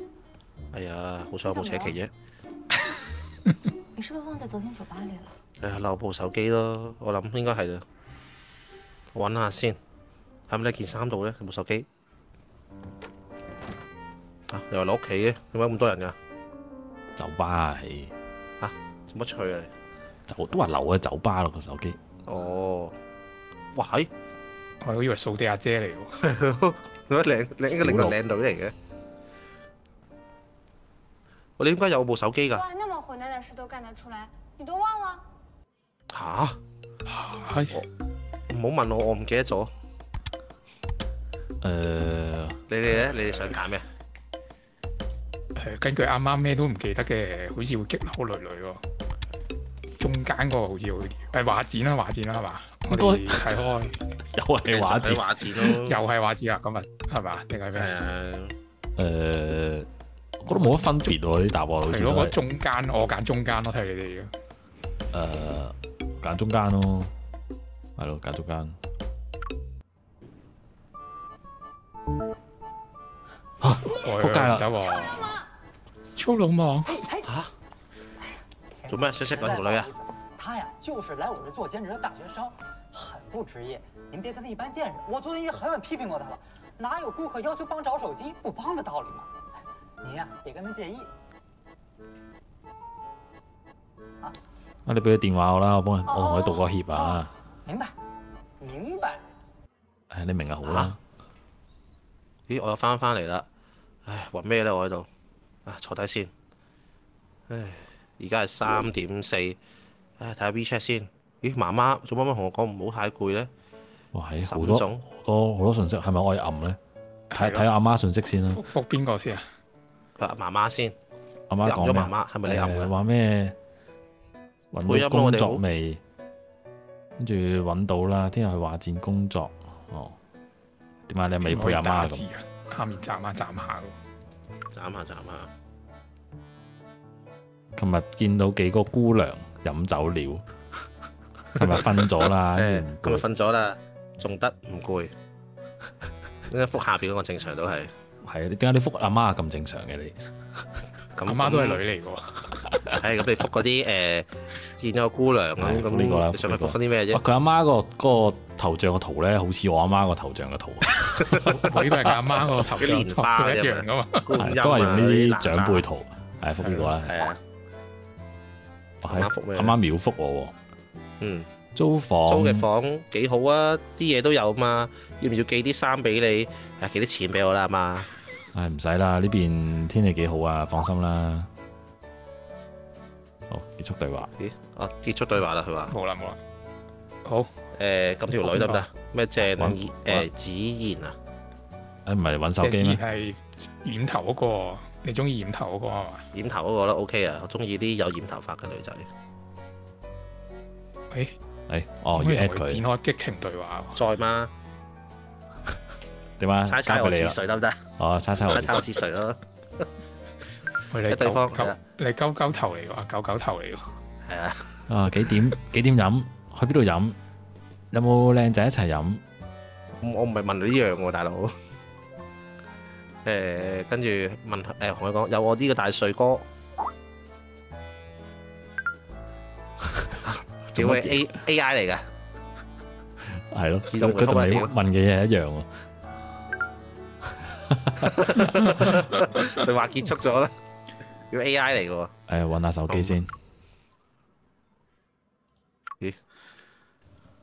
Speaker 2: 哎呀，好彩我冇扯旗啫。
Speaker 6: 你是不是忘在昨天酒吧里了？
Speaker 2: 哎呀，留部手機咯，我諗應該係啦。我揾下先，喺咪呢件衫度咧？有冇手機？啊，又話攞屋企嘅，點解咁多人㗎？
Speaker 1: 酒吧係
Speaker 2: 做乜趣啊？
Speaker 1: 酒都話留喺酒吧咯個手機。
Speaker 2: 哦，哇 *laughs* 係，
Speaker 3: 我以為掃地阿姐嚟喎，
Speaker 2: 嗰靚靚應該另一個靚女嚟嘅。我哋點解有部手機㗎？
Speaker 10: 哇，那么混蛋的事都干得出来，你都忘了？
Speaker 2: 吓、哦
Speaker 3: 係
Speaker 2: 唔好問我，我唔記得咗。
Speaker 1: 誒，
Speaker 2: 你哋咧，你哋想揀咩？
Speaker 3: 誒根據啱啱咩都唔記得嘅，好似會激嬲女女喎。中間嗰個好似會誒畫展啦，畫展啦係嘛？我哋
Speaker 2: *laughs*
Speaker 3: 睇開
Speaker 2: 嗯
Speaker 1: 又
Speaker 2: 啊
Speaker 1: 係畫
Speaker 2: 睇
Speaker 1: 展。
Speaker 2: 畫展咯。
Speaker 3: 又係畫展啊，今日係嘛？定係
Speaker 2: 係
Speaker 3: 咩？
Speaker 2: 啊，
Speaker 1: 誒，呃我覺得冇乜分別喎，啲答案好
Speaker 3: 係
Speaker 1: 似
Speaker 3: 咯，
Speaker 1: 都
Speaker 3: 我
Speaker 1: 係
Speaker 3: 中間我揀中間咯，睇你哋嘅。
Speaker 1: 誒呃揀中間咯，係咯，揀中間。啊仆街啦
Speaker 3: 得喎！粗魯莽，
Speaker 10: 哎
Speaker 2: 做咩想食個條女啊？
Speaker 10: 他呀，就是来我这做兼职的大学生，很不职业。您别跟他一般见识，我昨天已经狠狠批评过他了。哪有顾客要求帮找手机不帮的道理嘛？哎您呀，别跟他介意。
Speaker 1: 啊，你俾個電話我啦，我幫佢，哦我同佢道個歉啊。
Speaker 10: 明白，明白。
Speaker 1: 誒，你明啊就好啦。
Speaker 2: 啊咦，我又翻返嚟啦。唉，揾咩咧？我喺度啊，坐低先。唉，而家係三點四。唉，睇下 WeChat 先。咦，媽媽做乜乜同我講唔好太攰咧？
Speaker 1: 哇，係
Speaker 2: 沈
Speaker 1: 好多好
Speaker 2: 總，
Speaker 1: 多好多信息，係咪我要暗咧？睇
Speaker 3: 係咯
Speaker 1: 睇阿媽信息先啦。
Speaker 3: 復復邊個先啊？
Speaker 2: 佢話媽媽先。
Speaker 1: 阿媽講
Speaker 2: 暗咗
Speaker 1: 咩
Speaker 2: 媽媽係咪你暗嘅
Speaker 1: 誒話咩？
Speaker 2: 配
Speaker 1: 揾
Speaker 2: 音
Speaker 1: 到
Speaker 2: 咯
Speaker 1: 工
Speaker 2: 我哋
Speaker 1: 作
Speaker 2: 好
Speaker 1: 未？跟住揾到啦，聽日去畫展工作。哦，點啊解你未配阿媽咁？
Speaker 3: 咁。下啊面斬下斬下喎
Speaker 2: 斬下斬下。
Speaker 1: 琴日見到幾個姑娘飲酒了，琴日瞓咗啦，
Speaker 2: *laughs* 誒啊
Speaker 1: 跟住唔，
Speaker 2: 今日
Speaker 1: 攰
Speaker 2: 瞓咗啦，仲得唔攰？ *laughs* 應該覆下邊嗰個正常都係。
Speaker 1: 係啊，點解你覆阿媽咁正常嘅你？
Speaker 2: 咁
Speaker 3: 阿媽都係
Speaker 2: 咁
Speaker 3: 女嚟嘅喎。
Speaker 2: 係哎咁，你覆嗰啲呃誒見咗個姑娘啊
Speaker 1: 係
Speaker 2: 咁
Speaker 1: 嗯覆呢個啦
Speaker 2: 咁，你
Speaker 1: 覆
Speaker 2: 想唔
Speaker 1: 呢個
Speaker 2: 想覆翻啲咩啫
Speaker 1: 哇！？佢阿媽個嗰個頭像個圖咧，好似我阿媽個頭像個圖，啊
Speaker 2: *laughs*
Speaker 3: 我呢個係佢阿媽個頭像
Speaker 2: 蓮
Speaker 3: 都
Speaker 2: 花
Speaker 3: 一樣噶嘛。
Speaker 2: 觀
Speaker 1: 哦
Speaker 2: 音
Speaker 1: 係
Speaker 2: 啊
Speaker 1: 都係用呢啲
Speaker 2: 啲啊
Speaker 1: 長輩圖，係覆呢個啦。
Speaker 2: 係啊，
Speaker 1: 哇
Speaker 2: 阿媽覆
Speaker 1: 係
Speaker 2: 咩
Speaker 1: 阿媽秒覆我喎，
Speaker 2: 嗯，
Speaker 1: 租房
Speaker 2: 租嘅房幾好啊，啲嘢都有嘛，要唔要寄啲衫俾你？誒，寄啲錢俾我啦，阿媽。
Speaker 1: 唉唔使啦，呢邊天氣幾好啊，放心啦。好，結束對話。
Speaker 2: 咦，哦，結束對話啦，佢話
Speaker 3: 冇啦冇啦。好，
Speaker 2: 誒，咁條女得唔得？咩
Speaker 1: 揾
Speaker 2: 鄭怡
Speaker 1: 揾
Speaker 2: 誒子賢啊？
Speaker 1: 誒唔係揾手
Speaker 3: 鄭
Speaker 1: 機
Speaker 3: 智
Speaker 1: 咩？
Speaker 3: 係染頭嗰個，你中意染頭嗰個係嘛？
Speaker 2: 染頭嗰個啦，OK 啊，我中意啲有染頭髮嘅女仔。
Speaker 3: 誒，
Speaker 1: 誒，哦
Speaker 3: 可
Speaker 1: 要 at
Speaker 3: 以同佢展
Speaker 1: 佢
Speaker 3: 開激情對話啊喎。
Speaker 2: 在嗎？
Speaker 1: 點啊？
Speaker 2: 猜猜
Speaker 1: 交
Speaker 2: 我
Speaker 1: 俾你
Speaker 2: 是
Speaker 1: 啦。
Speaker 2: 誰得唔得？
Speaker 1: 哦，猜猜我
Speaker 2: 猜
Speaker 1: 是
Speaker 2: 猜我是誰咯？
Speaker 3: 喂，你
Speaker 2: 喺對
Speaker 3: 狗
Speaker 2: 方
Speaker 3: 狗
Speaker 2: 係啊
Speaker 3: 你鳩鳩頭嚟喎，狗狗頭嚟喎。
Speaker 2: 係啊，
Speaker 1: 啊，幾 *laughs* 點？幾點飲？去邊度飲？有冇靚仔一齊飲？
Speaker 2: 咁我唔係問你呢樣喎，大佬。誒，跟住問誒，同佢講有我呢個大帥哥。
Speaker 1: 做
Speaker 2: 屌
Speaker 1: 乜
Speaker 2: 佢
Speaker 1: 嘢？
Speaker 2: A A I 嚟嘅，
Speaker 1: 係咯，
Speaker 2: 自動
Speaker 1: 佢
Speaker 2: 回覆
Speaker 1: 同
Speaker 2: 啊
Speaker 1: 你
Speaker 2: 屌
Speaker 1: 問嘅嘢一樣喎。
Speaker 2: 你話結束咗啦，要 A I 嚟嘅喎。
Speaker 1: 誒，揾下手
Speaker 2: 啊
Speaker 1: 機先。
Speaker 2: 咦？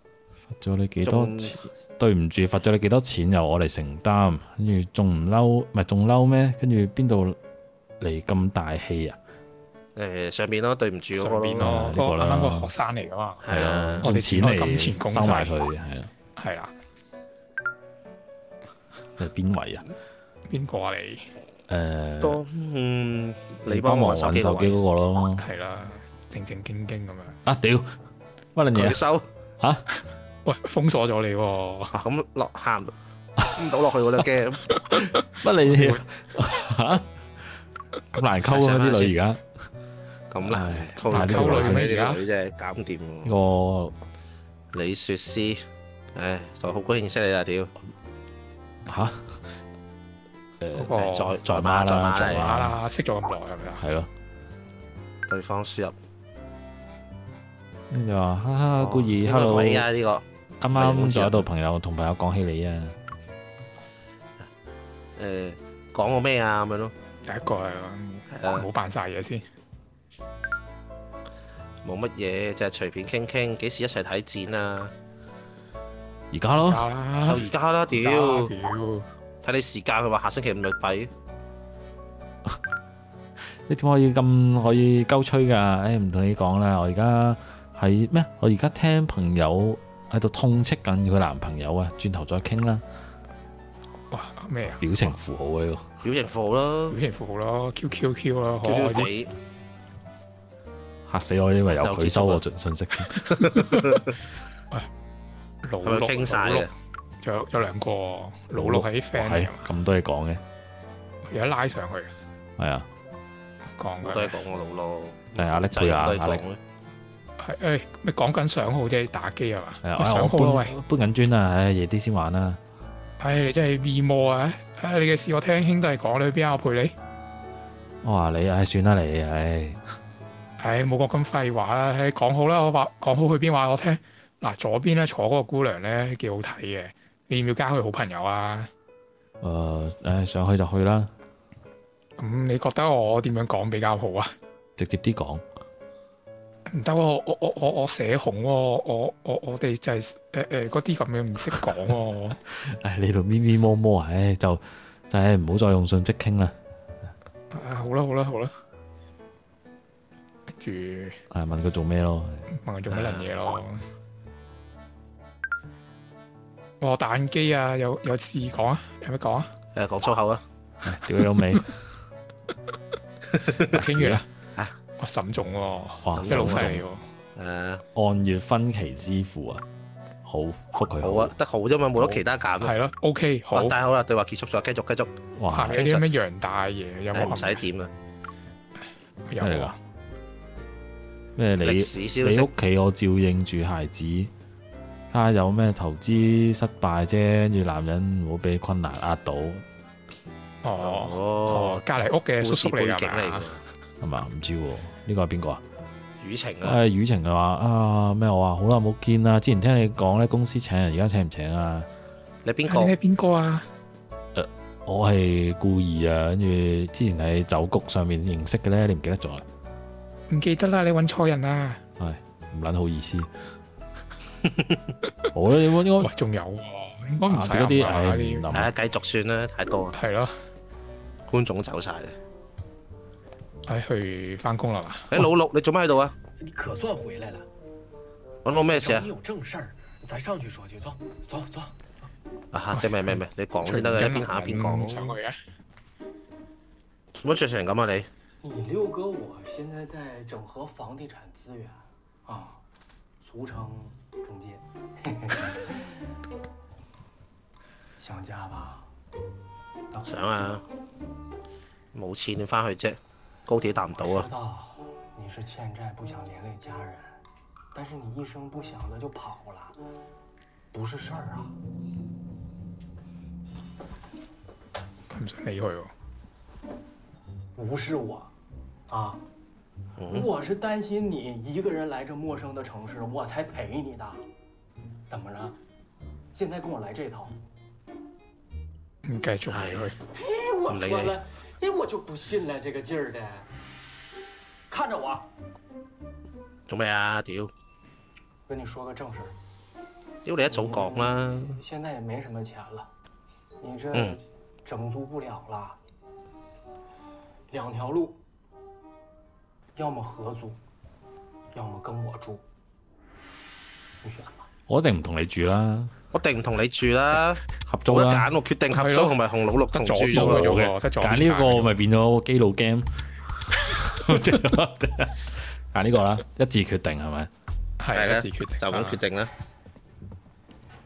Speaker 1: 罰咗你幾多錢？對唔住，罰咗你幾多錢由我嚟承擔。跟住仲唔嬲？唔係仲嬲咩？跟住邊度嚟咁大氣啊？
Speaker 2: 誒上邊咯，對唔住嗰
Speaker 3: 上
Speaker 2: 個
Speaker 3: 邊
Speaker 1: 呢
Speaker 2: 咯，，
Speaker 3: 咯嗰個
Speaker 1: 個
Speaker 3: 啱
Speaker 1: 啦
Speaker 3: 啱個學生嚟噶嘛，
Speaker 1: 係咯，
Speaker 3: 我
Speaker 1: 用
Speaker 3: 哋
Speaker 1: 錢
Speaker 3: 用金
Speaker 1: 嚟
Speaker 3: 錢攻
Speaker 1: 收埋佢，
Speaker 3: 勢
Speaker 1: 係啊，
Speaker 3: 係啦，
Speaker 1: 係邊位啊？
Speaker 3: 邊個啊你？
Speaker 1: 誒，
Speaker 2: 當嗯
Speaker 1: 你
Speaker 2: 你
Speaker 1: 幫
Speaker 2: 幫
Speaker 1: 忙
Speaker 2: 我手
Speaker 1: 揾
Speaker 2: 機
Speaker 1: 手機
Speaker 2: 位，
Speaker 1: 嗰個咯。
Speaker 3: 係啦，正正經經咁樣。
Speaker 1: 啊屌！乜撚
Speaker 2: 佢
Speaker 1: 嘢
Speaker 2: 收
Speaker 1: 啊？嚇？
Speaker 3: 喂，封鎖咗你喎，
Speaker 2: 啊咁落行唔到落去嗰粒 game，
Speaker 1: 乜你嚇？ *laughs* 咁難溝啊啲女而家。
Speaker 2: 咁啦
Speaker 1: 唉，
Speaker 2: 溝
Speaker 1: 但係呢
Speaker 3: 條女
Speaker 2: 溝女
Speaker 3: 咩
Speaker 2: 呢
Speaker 3: 而家
Speaker 2: 啲女真係搞唔掂
Speaker 1: 呢
Speaker 2: 喎。
Speaker 1: 個
Speaker 2: 李雪詩，唉，就好高認識你啦，屌！
Speaker 1: 吓？誒
Speaker 3: 嗰
Speaker 2: Ờ,
Speaker 3: 個
Speaker 2: 再再馬再馬
Speaker 1: 在馬
Speaker 2: 嚟，
Speaker 3: 打啦，識咗咁耐係咪啊？
Speaker 1: 係咯，
Speaker 2: 對方輸入
Speaker 1: 跟住話哈哈，故意 Ờ,
Speaker 2: 呢個
Speaker 1: hello，
Speaker 2: 同
Speaker 1: 啱
Speaker 2: AI 呢個。
Speaker 1: 啱就喺度朋友同朋友講起你啊，
Speaker 2: 誒講過咩啊咁樣咯，
Speaker 3: 第一個係嗯
Speaker 2: 係啊
Speaker 3: 冇扮晒嘢先，
Speaker 2: 冇乜嘢，就係隨便傾傾，幾時一齊睇戰啊？
Speaker 1: 而家咯，
Speaker 2: 就
Speaker 3: 渣啦，
Speaker 2: 而家啦，屌！
Speaker 3: 渣
Speaker 2: 睇
Speaker 3: 屌！
Speaker 2: 你時間，佢話下星期五就閉，
Speaker 1: 你點可以咁可以鳩吹㗎？誒哎唔同你講啦，我而家喺咩？我而家聽朋友喺度痛斥緊佢男朋友啊，轉頭再傾啦，
Speaker 3: 哇咩啊？
Speaker 1: 表情符號啊呢個
Speaker 2: 表情符號咯
Speaker 3: 表，情符號咯，Q Q Q 咯，可
Speaker 2: 叫
Speaker 3: 愛
Speaker 2: 叫
Speaker 3: 啲。
Speaker 2: 地
Speaker 1: 嚇死我，因為有佢收我信息，
Speaker 3: 老
Speaker 2: 係咪
Speaker 3: 六
Speaker 2: 傾晒嘅
Speaker 3: 老六？仲有有兩個老六係啲 friend 嚟
Speaker 1: 哦係
Speaker 3: 㗎嘛
Speaker 1: 咁多嘢講嘅，
Speaker 3: 而家拉上去
Speaker 1: 係啊，
Speaker 3: 講
Speaker 2: 我都係
Speaker 3: 嘅
Speaker 2: 講我老咯，
Speaker 1: 誒阿力
Speaker 2: 就係
Speaker 1: 配啊，
Speaker 2: 咁
Speaker 1: 阿
Speaker 2: 都
Speaker 1: 力
Speaker 2: 係。講。
Speaker 3: 係誒，咪講緊上號啫，打機係嘛
Speaker 1: 係啊，
Speaker 3: 喂？
Speaker 1: 哎我
Speaker 3: 上號啦喂，
Speaker 1: 搬搬緊磚啊，唉，夜啲先玩啦。
Speaker 3: 唉，你真係 V 魔啊！唉，你嘅事我聽兄弟講，你去邊啊？我陪你。
Speaker 1: 我話哦你，唉，算啦你，唉，
Speaker 3: 唉，冇講咁廢話啦，唉，講好啦，我話講好去邊話我聽。嗱，左邊咧坐嗰個姑娘咧幾好睇嘅，你要唔要加佢好朋友啊？
Speaker 1: 誒、呃唉，上去就去啦，
Speaker 3: 咁你覺得我點樣講比較好啊？
Speaker 1: 直接啲講。
Speaker 3: 唔得喎，我我我我我社恐喎，我我我哋就係誒誒嗰啲咁樣唔識講喎。 *laughs*
Speaker 1: 唉，你度咪咪摸摸啊，唉，就就係唔好再用信息傾啦。
Speaker 3: 啊，好啦好啦好啦，跟住
Speaker 1: 唉，問佢做咩咯？
Speaker 3: 問佢做乜撚嘢咯？我打緊機啊，有有事講啊，有咩講啊？
Speaker 2: 誒講粗口啊！
Speaker 1: 唉屌你老
Speaker 2: *laughs*
Speaker 1: 味，
Speaker 3: 傾完啦
Speaker 2: 啊，
Speaker 3: 哇沈總喎，
Speaker 1: 哇，
Speaker 3: 即係
Speaker 2: 沈
Speaker 3: 老
Speaker 2: 總
Speaker 3: 細
Speaker 1: 細
Speaker 3: 嚟喎，
Speaker 2: 誒
Speaker 1: 按月分期支付啊，好覆佢
Speaker 2: 好啊，，得好啫嘛，冇得其他減。
Speaker 3: 係咯，OK 好
Speaker 2: 好，，太好啦，對話結束咗，繼續繼續，
Speaker 1: 哇
Speaker 3: 行，有啲咩楊大爺有
Speaker 2: 誒
Speaker 3: 冇
Speaker 2: 唔使點啦。
Speaker 3: 有
Speaker 1: 咩嚟
Speaker 3: 啊
Speaker 1: 㗎？咩
Speaker 2: 歷
Speaker 1: 你
Speaker 2: 史消
Speaker 1: 你
Speaker 2: 息
Speaker 1: 屋企我照應住孩子，睇下有咩投資失敗啫，跟住男人唔好俾困難呃壓倒，係
Speaker 3: 哦哦
Speaker 2: 哦，，
Speaker 3: 隔離屋嘅叔
Speaker 2: 故
Speaker 3: 叔
Speaker 2: 事背
Speaker 3: 嚟
Speaker 2: 景
Speaker 3: 㗎
Speaker 2: 嚟
Speaker 3: 係
Speaker 2: 㗎
Speaker 3: 嘛，
Speaker 1: 嘛？唔知喎，呢個係邊個啊？
Speaker 2: 雨晴啊，
Speaker 1: 哎誒，雨晴就話啊咩？我話好耐冇見啦，之前聽你講咧，公司請人，而家請唔請啊？
Speaker 2: 你邊
Speaker 3: 啊
Speaker 2: 個
Speaker 3: 你係？邊個啊？
Speaker 1: 我係故意啊，跟住之前喺酒局上面認識嘅咧，你唔記得咗啊？
Speaker 3: 唔記得啦，你揾錯人啊啦。
Speaker 1: 唔撚好意思。好啦，應該應
Speaker 3: 喂
Speaker 1: 該，
Speaker 3: 仲有喎，應該唔
Speaker 1: 啊
Speaker 3: 使
Speaker 1: 嗰啲
Speaker 3: 諗啦
Speaker 1: 唉
Speaker 3: 呢
Speaker 1: 唔
Speaker 3: 啲
Speaker 1: 諗，啊
Speaker 2: 誒繼續算啦，太多啦，
Speaker 3: 係咯，
Speaker 2: 觀眾走晒啦。
Speaker 3: 唉，去翻工啦嘛。
Speaker 2: 誒老六，你做乜喺度啊？
Speaker 9: 你可算回来了，
Speaker 2: 揾我咩事
Speaker 9: 只
Speaker 2: 啊
Speaker 9: 要你？有正事儿，咱上去说去。走，走，走。
Speaker 2: 啊，即係咩咩咩？你講先得嘅，一邊行一邊
Speaker 3: 唔想
Speaker 2: 講。
Speaker 3: 去嘅，
Speaker 2: 做乜着成咁啊你？
Speaker 9: 你六哥，我现在在整合房地产资源，啊，俗称中介。想家吧？到
Speaker 2: 想啊，冇錢你翻去啫，高鐵搭唔到
Speaker 9: 我
Speaker 2: 啊
Speaker 9: 知。道你是欠债不想连累家人，但是你一声不响的就跑了，不是事儿啊。
Speaker 3: 唔想理佢喎。
Speaker 9: 无视我，啊，我是担心你一个人来这陌生的城市，我才陪你的。怎么了？现在跟我来这套？
Speaker 3: 唔繼續嚟佢。
Speaker 9: 嘿，我说了，哎，我就不信了这个劲儿的。看着我，
Speaker 2: 做咩啊？屌，
Speaker 9: 跟你说个正事儿。
Speaker 2: 屌你一早講啦！
Speaker 3: 嗯
Speaker 9: 现在也没什么钱了，你这
Speaker 2: 嗯
Speaker 9: 整租不了了。两条路，要么合租，要么跟我住。你选吧。
Speaker 1: 我一定唔同你住啦，
Speaker 2: 我定唔同你住啦，
Speaker 1: 合租
Speaker 2: 冇得
Speaker 1: 啦
Speaker 2: 揀，。我決定合
Speaker 3: 啊係
Speaker 2: 租
Speaker 3: 咯
Speaker 2: 同埋紅老六同住
Speaker 3: 得
Speaker 1: 傻
Speaker 3: 左
Speaker 2: 啫
Speaker 3: 數
Speaker 2: 喎
Speaker 3: 嘅。
Speaker 1: 嘅，
Speaker 3: 得左邊
Speaker 1: 揀呢個咪變咗基佬 game，揀呢個啦，一致決定係咪？
Speaker 2: 係
Speaker 3: 係
Speaker 2: 啦，
Speaker 3: 一
Speaker 2: 就
Speaker 3: 致決定，
Speaker 2: 咁決。定啦。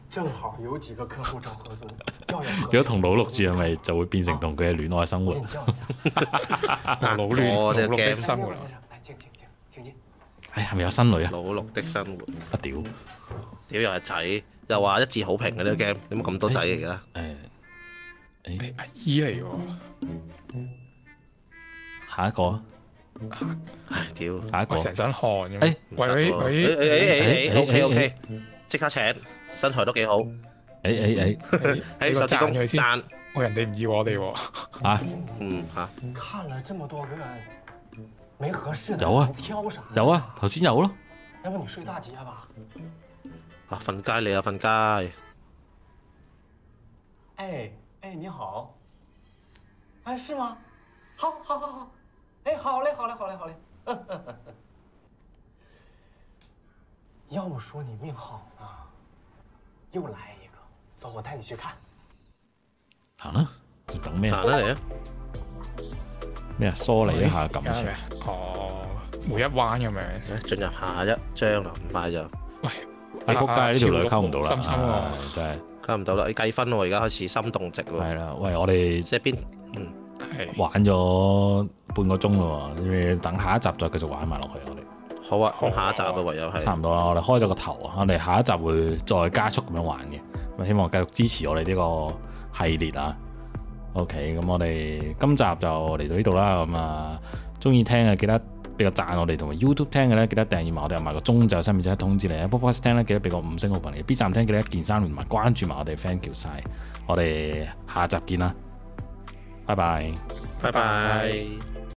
Speaker 9: 正好有几个客户找合租，要有合
Speaker 1: 如果同老六啊住係咪就會變成同佢嘅戀愛生活
Speaker 9: 给？你叫一下。哎
Speaker 3: 啊，老亂，
Speaker 2: 我
Speaker 3: 老
Speaker 2: 哋
Speaker 3: 碌
Speaker 2: 嘅
Speaker 3: 的生活啦。
Speaker 9: 来，请请请，请进。
Speaker 1: 唉，係咪有新女啊？
Speaker 2: 老六的生活，
Speaker 1: 啊屌！誒、
Speaker 2: 屌又係仔，又話一致好評嘅呢個
Speaker 3: 嗯
Speaker 2: game，點解咁多仔嚟㗎？
Speaker 1: 誒
Speaker 3: 誒阿姨嚟喎，
Speaker 1: 下一個啊，
Speaker 2: 唉，屌！
Speaker 1: 下一個
Speaker 3: 我成身汗咁。
Speaker 1: 哎
Speaker 3: 喂喂喂，
Speaker 2: 誒誒誒
Speaker 1: 哎
Speaker 2: 誒，OK
Speaker 1: 哎
Speaker 2: OK，即刻請，身材都幾好。
Speaker 1: 誒誒
Speaker 3: 嗯
Speaker 2: 喺手指公
Speaker 3: 讚佢先，
Speaker 2: 讚，
Speaker 3: 我人哋唔要我哋喎。
Speaker 1: 誒啊！
Speaker 2: 嗯嚇，
Speaker 9: 看了这么多个，没合适的，
Speaker 1: 有啊
Speaker 9: 你挑啥？
Speaker 1: 有啊，，頭先有咯，
Speaker 9: 要不你睡大街吧？
Speaker 2: 啊瞓街你啊瞓街，
Speaker 9: 哎哎，你好。哎，是吗？好，好，好，好。哎，好嘞，好嘞，好嘞，好 *laughs* 嘞。要不说你命好呢，又来一个。走，我带你去看。
Speaker 1: 行啦，仲等咩啊
Speaker 2: 行？啦嚟啊！
Speaker 1: 咩啊？梳理一下感
Speaker 3: 而家係
Speaker 1: 情
Speaker 3: 咪。啊哦，每一彎咁樣。
Speaker 2: 誒進入下一章啦，咁快就
Speaker 1: 哎，仆
Speaker 3: 啊
Speaker 1: 街呢條女溝唔到啦，
Speaker 3: 深深
Speaker 1: 唉
Speaker 3: 喎，
Speaker 1: 真係
Speaker 2: 溝唔到啦，要計分喎，而家開始心動值喎，
Speaker 1: 係啦。喂，我哋
Speaker 2: 即係邊？
Speaker 3: 係
Speaker 1: 玩咗半個鐘啦喎，你等下一集再繼續玩埋落去。我哋
Speaker 2: 好啊，
Speaker 3: 好
Speaker 2: 咁
Speaker 3: 啊
Speaker 2: 下一集啦，唯有
Speaker 1: 差
Speaker 2: 係
Speaker 1: 唔多啦，我哋開咗個頭啊，我哋下一集會再加速咁樣玩嘅。咁希望繼續支持我哋呢個系列啊。OK，咁我哋今集就嚟到呢度啦。咁啊，中意聽嘅記得俾個讚我哋，同埋 YouTube 聽嘅咧記得訂閱埋我哋，同埋個鐘就有新片即刻通知你啊。Podcast 聽咧記得俾個五星好評你，B 站聽記得一鍵三連埋關注埋我哋 Fan 叫晒。我哋下集見啦，拜拜。
Speaker 2: 拜拜。